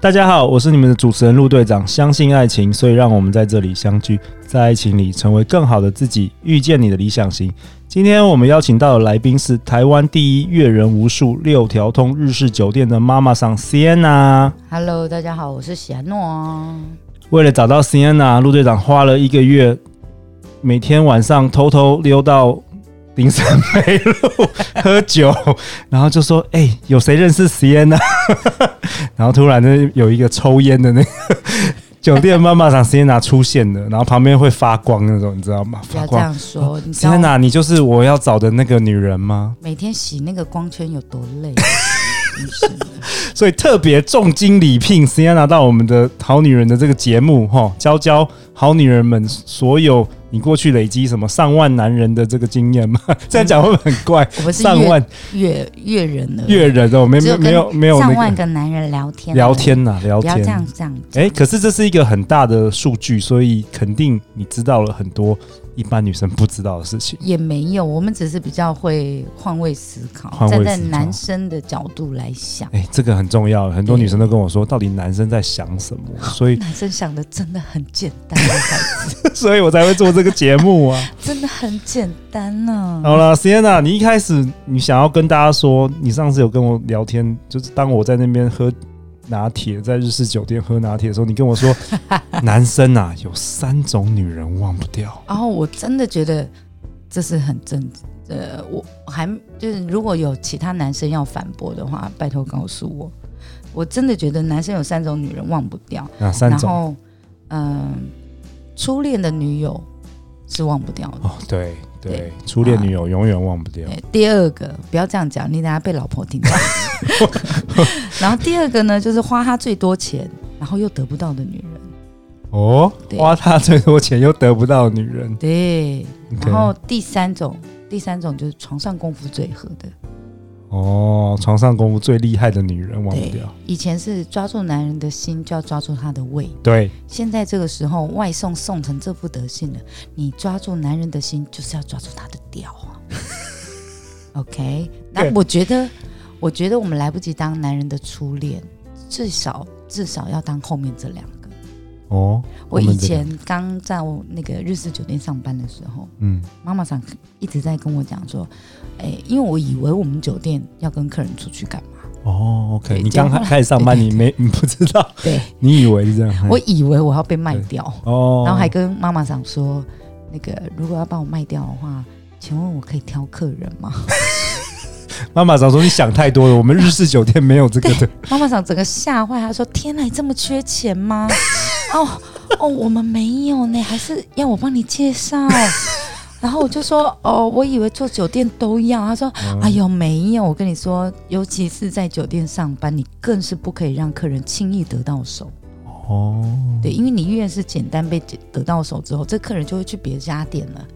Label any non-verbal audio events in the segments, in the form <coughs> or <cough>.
大家好，我是你们的主持人陆队长。相信爱情，所以让我们在这里相聚，在爱情里成为更好的自己，遇见你的理想型。今天我们邀请到的来宾是台湾第一阅人无数、六条通日式酒店的妈妈桑 Sienna。 Hello，大家好，我是喜安诺哦。为了找到 Sienna，陆队长花了一个月，每天晚上偷偷溜到林森北路喝酒，然后就说：“哎、有谁认识 Sienna？” <laughs> 然后突然呢，有一个抽烟的那个 <laughs> 酒店妈妈桑 Sienna 出现了，然后旁边会发光那种，你知道吗？不发要这光。样说，你知道 Sienna，你就是我要找的那个女人吗？每天洗那个光圈有多累？啊 <laughs> 真是的所以特别重金礼聘 s i e n a 到我们的《好女人》的这个节目，哈，教教好女人们所有你过去累积什么上万男人的这个经验嘛？ <laughs> 这样讲会不会很怪？我们是上万越越人了，越人哦，没只没有没有跟没有上那万个个男人聊天，啊聊，天呐、聊不要天这。样这样。哎、可是这是一个很大的数据，所以肯定你知道了很多一般女生不知道的事情。也没有，我们只是比较会换位思考，换位站思考在男生的角度来想，哎、这个很重要，很多对女生都跟我说，到底男生在想什么？所 <laughs> 以，男生想的真的很简单 <laughs> 啊，孩子所以我才会做这个节目啊。真的很简单啊呢、嗯好了，Sienna，你一开始你想要跟大家说，你上次有跟我聊天，就是当我在那边喝拿铁，在日式酒店喝拿铁的时候，你跟我 <laughs> 说，男生啊有三种女人忘不掉，然后我真的觉得这是很正，呃，我还就是如果有其他男生要反驳的话，拜托告诉我。我真的觉得男生有三种女人忘不掉，哪啊三然种？后，嗯、初恋的女友是忘不掉的。哦，对对对，初恋女友永远忘不掉。对第二个不要这样讲，你等下被老婆 <laughs> 听到。然后第二个呢，就是花他最多钱，然后又得不到的女人。哦，对花他最多钱又得不到的女人，对， OK 然后第三种，第三种就是床上功夫最合的。哦，床上功夫最厉害的女人忘不对掉。，以前是抓住男人的心，就要抓住他的胃。对，现在这个时候，外送送成这副德性了，你抓住男人的心，就是要抓住他的屌啊。OK，那对我觉得，我觉得我们来不及当男人的初恋，至少至少要当后面这两个。哦，后我面以这两前刚在我那个日式酒店上班的时候，嗯，妈妈常一直在跟我讲说，哎、因为我以为我们酒店要跟客人出去干嘛，哦，OK，对你刚结果开始上班，你没你不知道，对你以为是这样，我以为我要被卖掉。哦，然后还跟妈妈讲说，那个如果要把我卖掉的话，请问我可以挑客人吗？妈妈常说你想太多了，我们日式酒店没有这个 <laughs> 的。妈妈长整个吓坏，她说：“天哪，你这么缺钱吗？” <laughs> 哦哦，我们没有呢，还是要我帮你介绍。 <laughs> 然后我就说：“哦，我以为做酒店都要。”她嗯说：“哎呦，没有，我跟你说，尤其是在酒店上班，你更是不可以让客人轻易得到手。哦，对，因为你越是简单被解得到手之后，这客人就会去别家店了，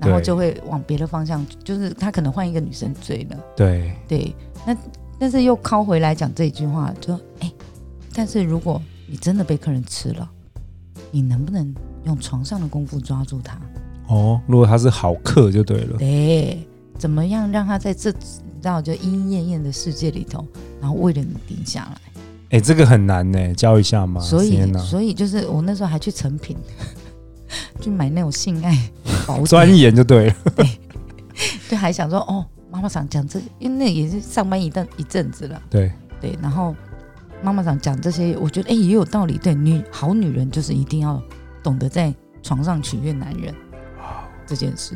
然后对就会往别的方向，就是他可能换一个女生追了。对，对，那但是又靠回来讲这一句话，就说哎、但是如果你真的被客人吃了，你能不能用床上的功夫抓住他？哦，如果他是好客就对了。对，怎么样让他在这你知道就莺莺燕燕的世界里头，然后为了你停下来？哎、这个很难呢、教一下嘛。所以天，哪所以就是我那时候还去成品 <laughs> 去买那种性爱 <laughs> 保险钻研就对了。就还想说哦，妈妈想讲这，因为那也是上班一段一阵子了，对，对，然后妈妈想讲这些，我觉得哎、也有道理，对，女好女人就是一定要懂得在床上取悦男人啊这件事，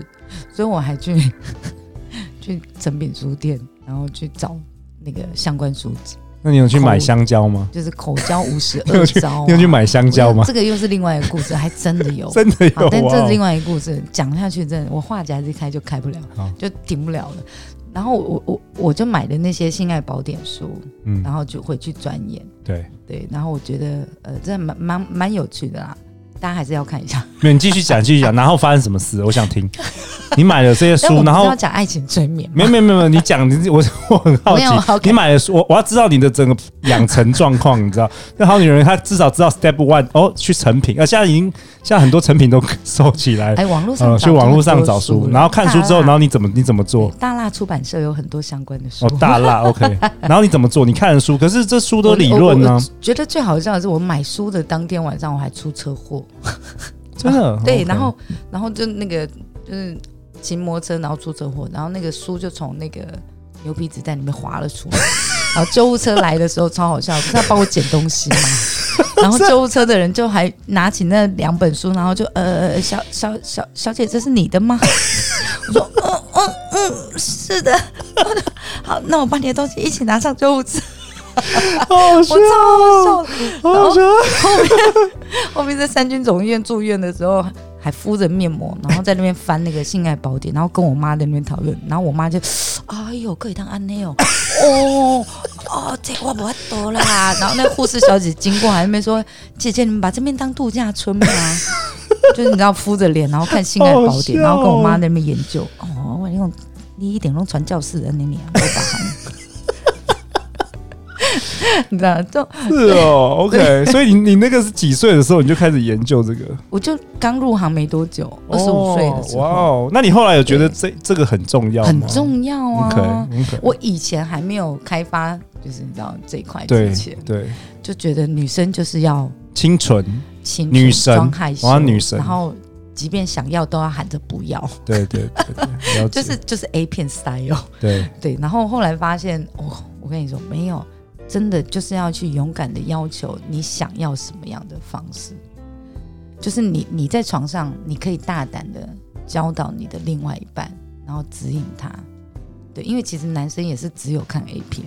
所以我还去 <laughs> 去成品书店，然后去找那个相关书籍，那你有去买口香蕉吗？就是口交五十 <laughs> 你有二去招、啊你有去买香蕉吗？。这个又是另外一个故事，还真的 <laughs> 有真的有哦好，但这是另啊！外一个故事，讲下去真的，我话匣子一开就开不了好，就停不了了。然后我我我就买的那些性爱宝典书，嗯然，后就回去钻研，对，对，然后我觉得呃，这蛮蛮蛮有趣的啦，大家还是要看一下。没有，你继续讲，继续讲，然后发生什么事？我想 <laughs> 听。你买了这些但我书，们然不后是要讲爱情催眠吗没有没有没有，没有你讲，你我我很好没有奇， ，OK 你买的书，我我要知道你的整个养成状况，你知道？那好女人她至少知道 step one 哦，去成品，呃，现在已经现在很多成品都收起来，哎，网络上呃，找去网络这上么多找书书，了然后看书之后，大然后你怎么你怎么做？大辣出版社有很多相关的 <laughs> 书哦，，大辣 OK，然后你怎么做？你看了书，可是这书我都理论啊我呢我，觉得最好笑的是，我买书的当天晚上我还出车祸，真的啊对，哦 OK 然后然后就那个就是骑摩托车，然后出车祸，然后那个书就从那个牛皮纸袋里面滑了出来。然后救护车来的时候超好笑，不是要帮我捡东西吗？然后救护车的人就还拿起那两本书，然后就呃呃小小小小姐，这是你的吗？ <laughs> 我说嗯嗯嗯，是的。 <laughs> 好，那我把你的东西一起拿上救护车。好笑我，超好笑的，然好后笑，后面在三军总医院住院的时候，还敷着面膜，然后在那边翻那个性爱宝典，然后跟我妈在那边讨论，然后我妈就，哎呦，可以当安内哦， <coughs> 哦哦，这我不多啦。然后那护士小姐经过，还在那边说，姐姐，你们把这边当度假村吗？ <laughs> 就是你知道敷着脸，然后看性爱宝好笑哦典，然后跟我妈在那边研究。哦，我用你一点弄传教士的那你啊，我把。 <laughs> 你知道，就是哦，OK，所以你你那个是几岁的时候你就开始研究这个？我就刚入行没多久，二十五岁的时候，哇哦，那你后来有觉得这这个很重要吗？很重要啊。 ，OK OK，我以前还没有开发，就是你知道这一块对之前，对，就觉得女生就是要清纯，清女神神装害羞，我要女神然后即便想要都要喊着不要，对对对对，了解 <laughs> 就是就是 A 片 style。对，对，然后后来发现，哦，我跟你说，没有，真的就是要去勇敢的要求你想要什么样的方式，就是你你在床上，你可以大胆的教导你的另外一半，然后指引他。对，因为其实男生也是只有看 A 片，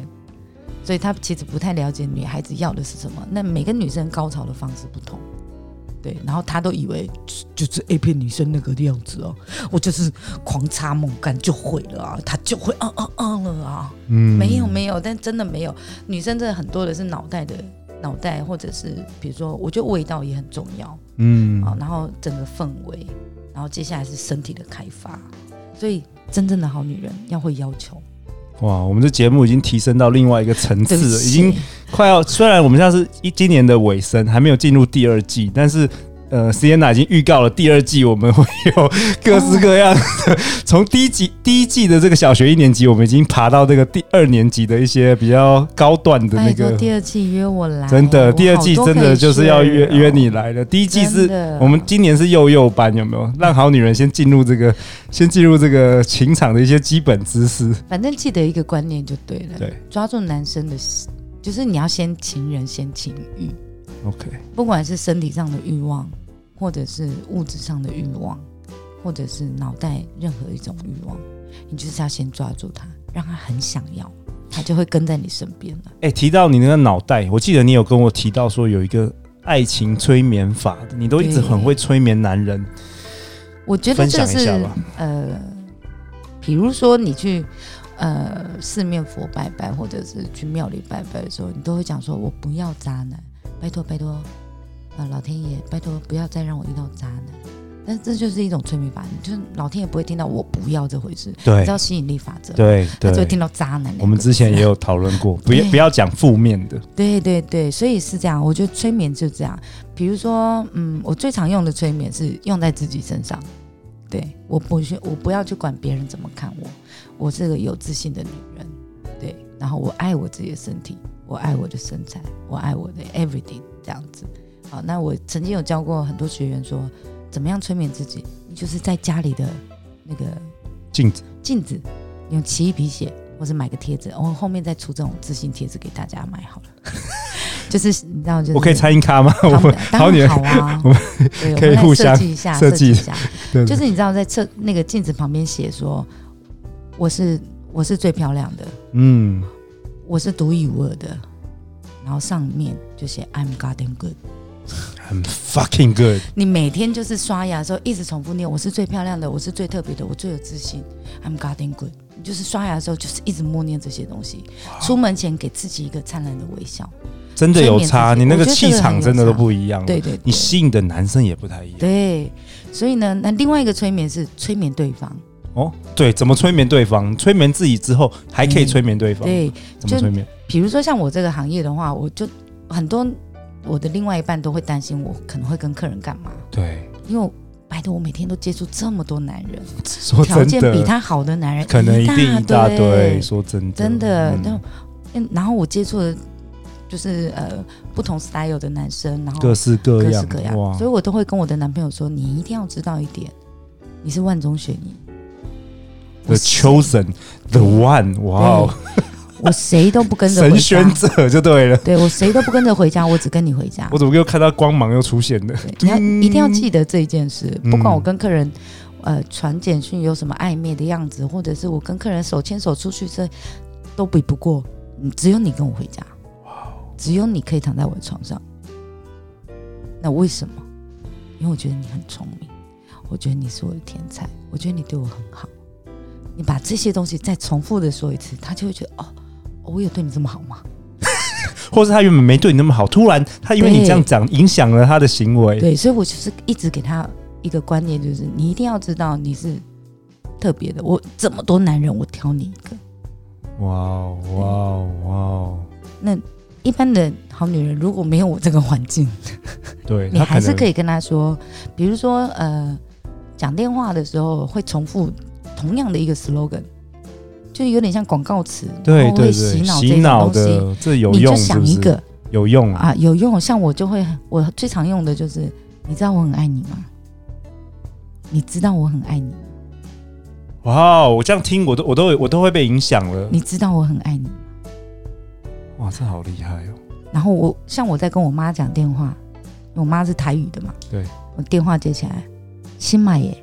所以他其实不太了解女孩子要的是什么。那每个女生高潮的方式不同。对，然后他都以为就就是 A 片女生那个样子哦，我就是狂插猛干就会了啊，他就会嗯嗯嗯了啊。嗯没有没有，但真的没有，女生真的很多的是脑袋的脑袋，或者是比如说，我觉得味道也很重要啊、嗯然后整个氛围，然后接下来是身体的开发，所以真正的好女人要会要求，哇，我们这节目已经提升到另外一个层次对不了，起啊已经快要虽然我们现在是一今年的尾声，还没有进入第二季，但是。呃，Sienna 已经预告了第二季我们会有各式各样的，从第一季第一季的这个小学一年级，我们已经爬到这个第二年级的一些比较高段的那拜托个哎第二季约我来，真的，我第二好季多真哦可的以就是要学约哦约你来的。第一季真是的我们今年是幼幼班，有没有？让好女人先进入这个，先进入这个情场的一些基本知识。反正记得一个观念就对了，对抓住男生的心，就是你要先情人先情欲， OK，不管是身体上的欲望，或者是物质上的欲望，或者是脑袋任何一种欲望，你就是要先抓住它，让他很想要，他就会跟在你身边了。哎、提到你那个脑袋，我记得你有跟我提到说有一个爱情催眠法，你都一直很会催眠男人，我觉得分这享一是下吧。呃，比如说你去呃四面佛拜拜，或者是去庙里拜拜的时候，你都会讲说：“我不要渣男，拜托拜托，呃，老天爷，拜托不要再让我遇到渣男。”但这就是一种催眠法，你就是老天爷不会听到我不要这回事，你对知道吸引力法则，对他只对，会听到渣男两个字。我们之前也有讨论过，不要 <laughs> 对不要讲负面的。对对对，所以是这样。我觉得催眠就这样，比如说，嗯，我最常用的催眠是用在自己身上。对我不去，我不要去管别人怎么看我，我是个有自信的女人。对，然后我爱我自己的身体，我爱我的身材，我爱我的 everything 这样子。好，那我曾经有教过很多学员说，怎么样催眠自己？你就是在家里的那个镜子，镜子，用奇异笔写，或是买个贴纸，我、后面再出这种自信贴纸给大家买好了。 <laughs> 就是你知道，就是我可以参与咖吗？ <laughs> 我他们们的好当女人然好 <laughs> 啊，我对我们可以来互设相计一下，设设计计一下。对就是你知道，在侧那个镜子旁边写说，我是我是最漂亮的，嗯，我是独一无二的，然后上面就写 I'm goddamn good。很 fucking good。你每天就是刷牙的时候一直重复念：“我是最漂亮的，我是最特别的，我最有自信。”I'm goddamn good。你就是刷牙的时候就是一直默念这些东西，出门前给自己一个灿烂的微笑，真的有差，催眠你那自己我个觉得气这个很场有真的差都不一样了。对对对嗯你吸引的男生也不太一样。对，所以呢，那另外一个催眠是催眠对方，哦，对，怎么催眠对方？催眠自己之后，还可以嗯催眠对方。对，怎么就催眠？比如说像我这个行业的话，我就很多我的另外一半都会担心我可能会跟客人干嘛，对，因为拜托我每天都接触这么多男人，说条真件比的，他好的男人可能一定一大堆。堆，说真的，真的。嗯但嗯然后我接触的就是呃不同 style 的男生，然后各式各各式样，哦各样，哇所以我都会跟我的男朋友说，你一定要知道一点，你是万中选一。 ，The 我谁 Chosen，The One，哇哦，我谁都不跟着回神家选，者就对了。对我谁都不跟着回家，我只跟你回家我。怎么又看到光芒又出现了？对，你要嗯一定要记得这一件事，嗯不管我跟客人。呃，传简讯有什么暧昧的样子，或者是我跟客人手牵手出去，这都比不过，嗯只有你跟我回家，哦只有你可以躺在我的床上。那为什么？因为我觉得你很聪明，我觉得你是我的天才，我觉得你对我很好。你把这些东西再重复的说一次，他就会觉得哦，我有对你这么好吗？或是他原本没对你那么好，突然他因为你这样讲，影响了他的行为。对，所以我就是一直给他一个观念，就是你一定要知道你是特别的。我这么多男人，我挑你一个。哇哦，哇哦，哇哦！那一般的好女人如果没有我这个环境， <laughs> 对，你他还是能可以跟他说，比如说呃，讲电话的时候会重复同样的一个 slogan，就有点像广告词，对然后哦会对对洗脑洗这脑种东西。的，这有你就用是想不一是？个有用啊！啊，有用。像我就会，我最常用的就是，你知道我很爱你吗？你知道我很爱你吗哇哦，我这样听我都我都我都会被影响了。你知道我很爱你。哇，这好厉害哦！然后我像我在跟我妈讲电话，因为我妈是台语的嘛，对，我电话接起来，新买耶。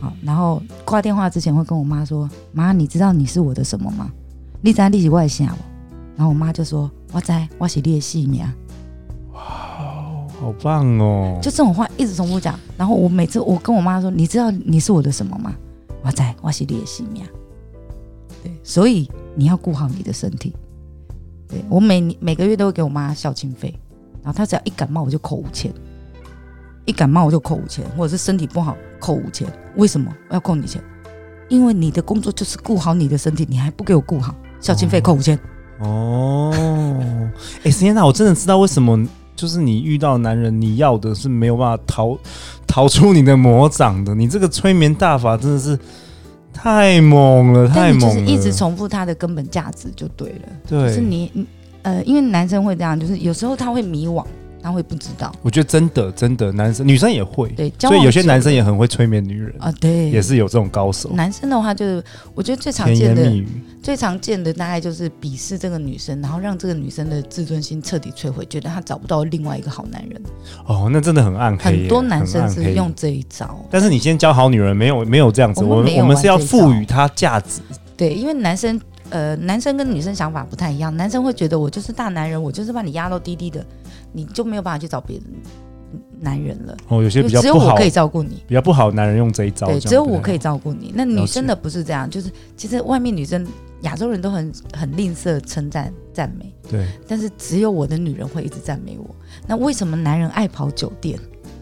好，然后挂电话之前会跟我妈说：“妈，你知道你是我的什么吗？你知道你是我的啥不？”然后我妈就说：“我知，我是你的姓名。啊好棒哦！”就这种话一直重复讲。然后我每次我跟我妈说：“你知道你是我的什么吗？”我知，我是你的姓名。对，所以你要顾好你的身体。对我每每个月都会给我妈孝亲费，然后她只要一感冒我就扣五千，一感冒我就扣五千，或者是身体不好扣五千。为什么我要扣你钱？因为你的工作就是顾好你的身体，你还不给我顾好，孝亲费扣五千。哦，哎、石燕娜，我真的知道为什么，就是你遇到男人，你要的是没有办法逃逃出你的魔掌的。你这个催眠大法真的是太猛了，太但你就猛是了！一直重复它的根本价值就对了。对，就是你你呃，因为男生会这样，就是有时候他会迷惘，他会不知道。我觉得真的真的，男生女生也会，对，交所以往有些久男生也很会催眠女人，啊，对，也是有这种高手，男生的话，就是我觉得最常甜言见蜜的、语。最常见的大概就是鄙视这个女生，然后让这个女生的自尊心彻底摧毁，觉得她找不到另外一个好男人。哦，那真的很暗黑耶，很多男生很暗是黑用。这一招，但是你先教好女人，没有没有这样子，我我们们没有我们是要玩这一招赋予她价值，对，因为男生呃，男生跟女生想法不太一样，男生会觉得我就是大男人，我就是把你压到低低的，你就没有办法去找别的男人了，哦，有些比较就只有不我好可以照顾你。比较不好，男人用这一招，对，这样只有不太我可以好。照顾你。那了女解生的不是这样，就是其实外面女生亚洲人都很很吝啬称赞赞美，对，但是只有我的女人会一直赞美我。那为什么男人爱跑酒店？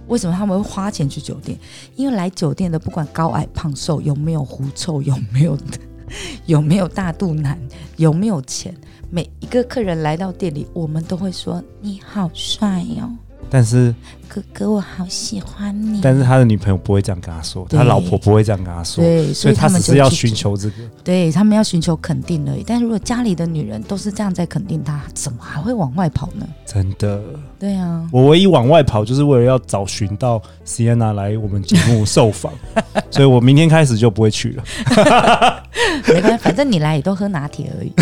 为什么他们会花钱去酒店？因为来酒店的不管高矮胖瘦，有没有狐臭，有没有 <laughs> 有没有大肚腩，有没有钱，每一个客人来到店里，我们都会说你好帅哦，但是哥哥我好喜欢你。但是他的女朋友不会这样跟他说，对他老婆不会这样跟他说，对，所所以以他他只们是就要去寻酒求这个。对他们要寻求肯定而已。但如果家里的女人都是这样在肯定他，怎么还会往外跑呢？真的，对啊，我唯一往外跑就是为了要找寻到 Sienna 来我们节目受 <laughs> 访，所以我明天开始就不会去了。没关系，反正你来也都喝拿铁而已。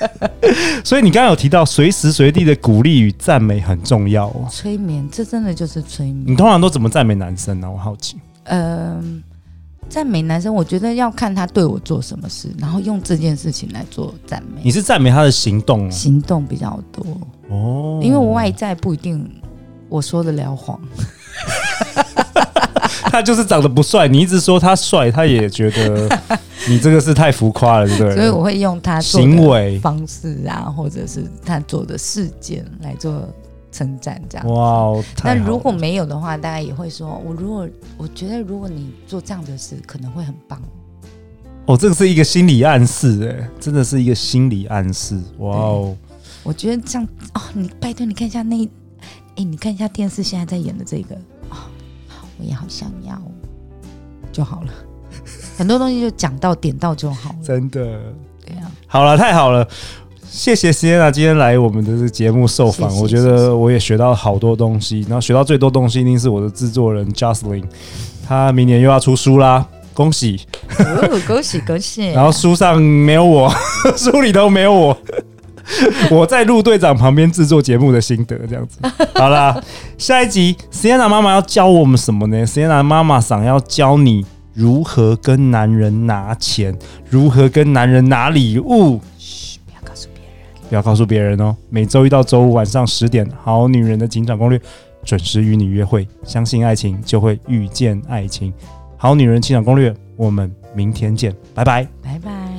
<laughs> 所以你刚刚有提到，随时随地的鼓励与赞美很重要哦。催眠，这真的就是催你眠。通常都怎么赞美男生呢、我好奇。嗯、赞美男生，我觉得要看他对我做什么事，然后用这件事情来做赞你美，是赞美他的行动哦 <laughs> 行动比较多，哦， <laughs> 因为外在不一定我说得了谎。他就是长得不帅，你一直说他帅，他也觉得你这个是太浮夸了，对不对？所以我会用他做的行为方式啊，或者是他做的事件来做称赞，这样。哇哦，那太好如果了没有的话，大概也会说，我如果我觉得如果你做这样的事，可能会很棒。哦，这个是一个心理暗示，哎，真的是一个心理暗示，哇哦，我觉得这样哦，你拜托你看一下那一，哎、你看一下电视现在在演的这个啊、我也好想要，就好了。很多东西就讲到点到就好了，真的。对啊，好了，太好了，谢谢 s i e n a 今天来我们的这个节目受访，谢谢我觉得我也学到好多东西，然后学到最多东西一定是我的制作人 Jocelyn，他明年又要出书啦。恭喜！哦恭喜恭喜！ <laughs> 然后书上没有我， <laughs> 书里头没有 <laughs> 我，我在陆队长旁边制作节目的心得这样子。好啦，下一集 Sienna 妈妈要教我们什么呢？Sienna 妈妈想要教你如何跟男人拿钱，如何跟男人拿礼物。嘘，不要告诉别人。不要告诉别人哦。每周一到周五晚上十点，《好女人的情场攻略》准时与你约会。相信爱情，就会遇见爱情。《好女人情场攻略》，我们明天见，拜拜。拜拜。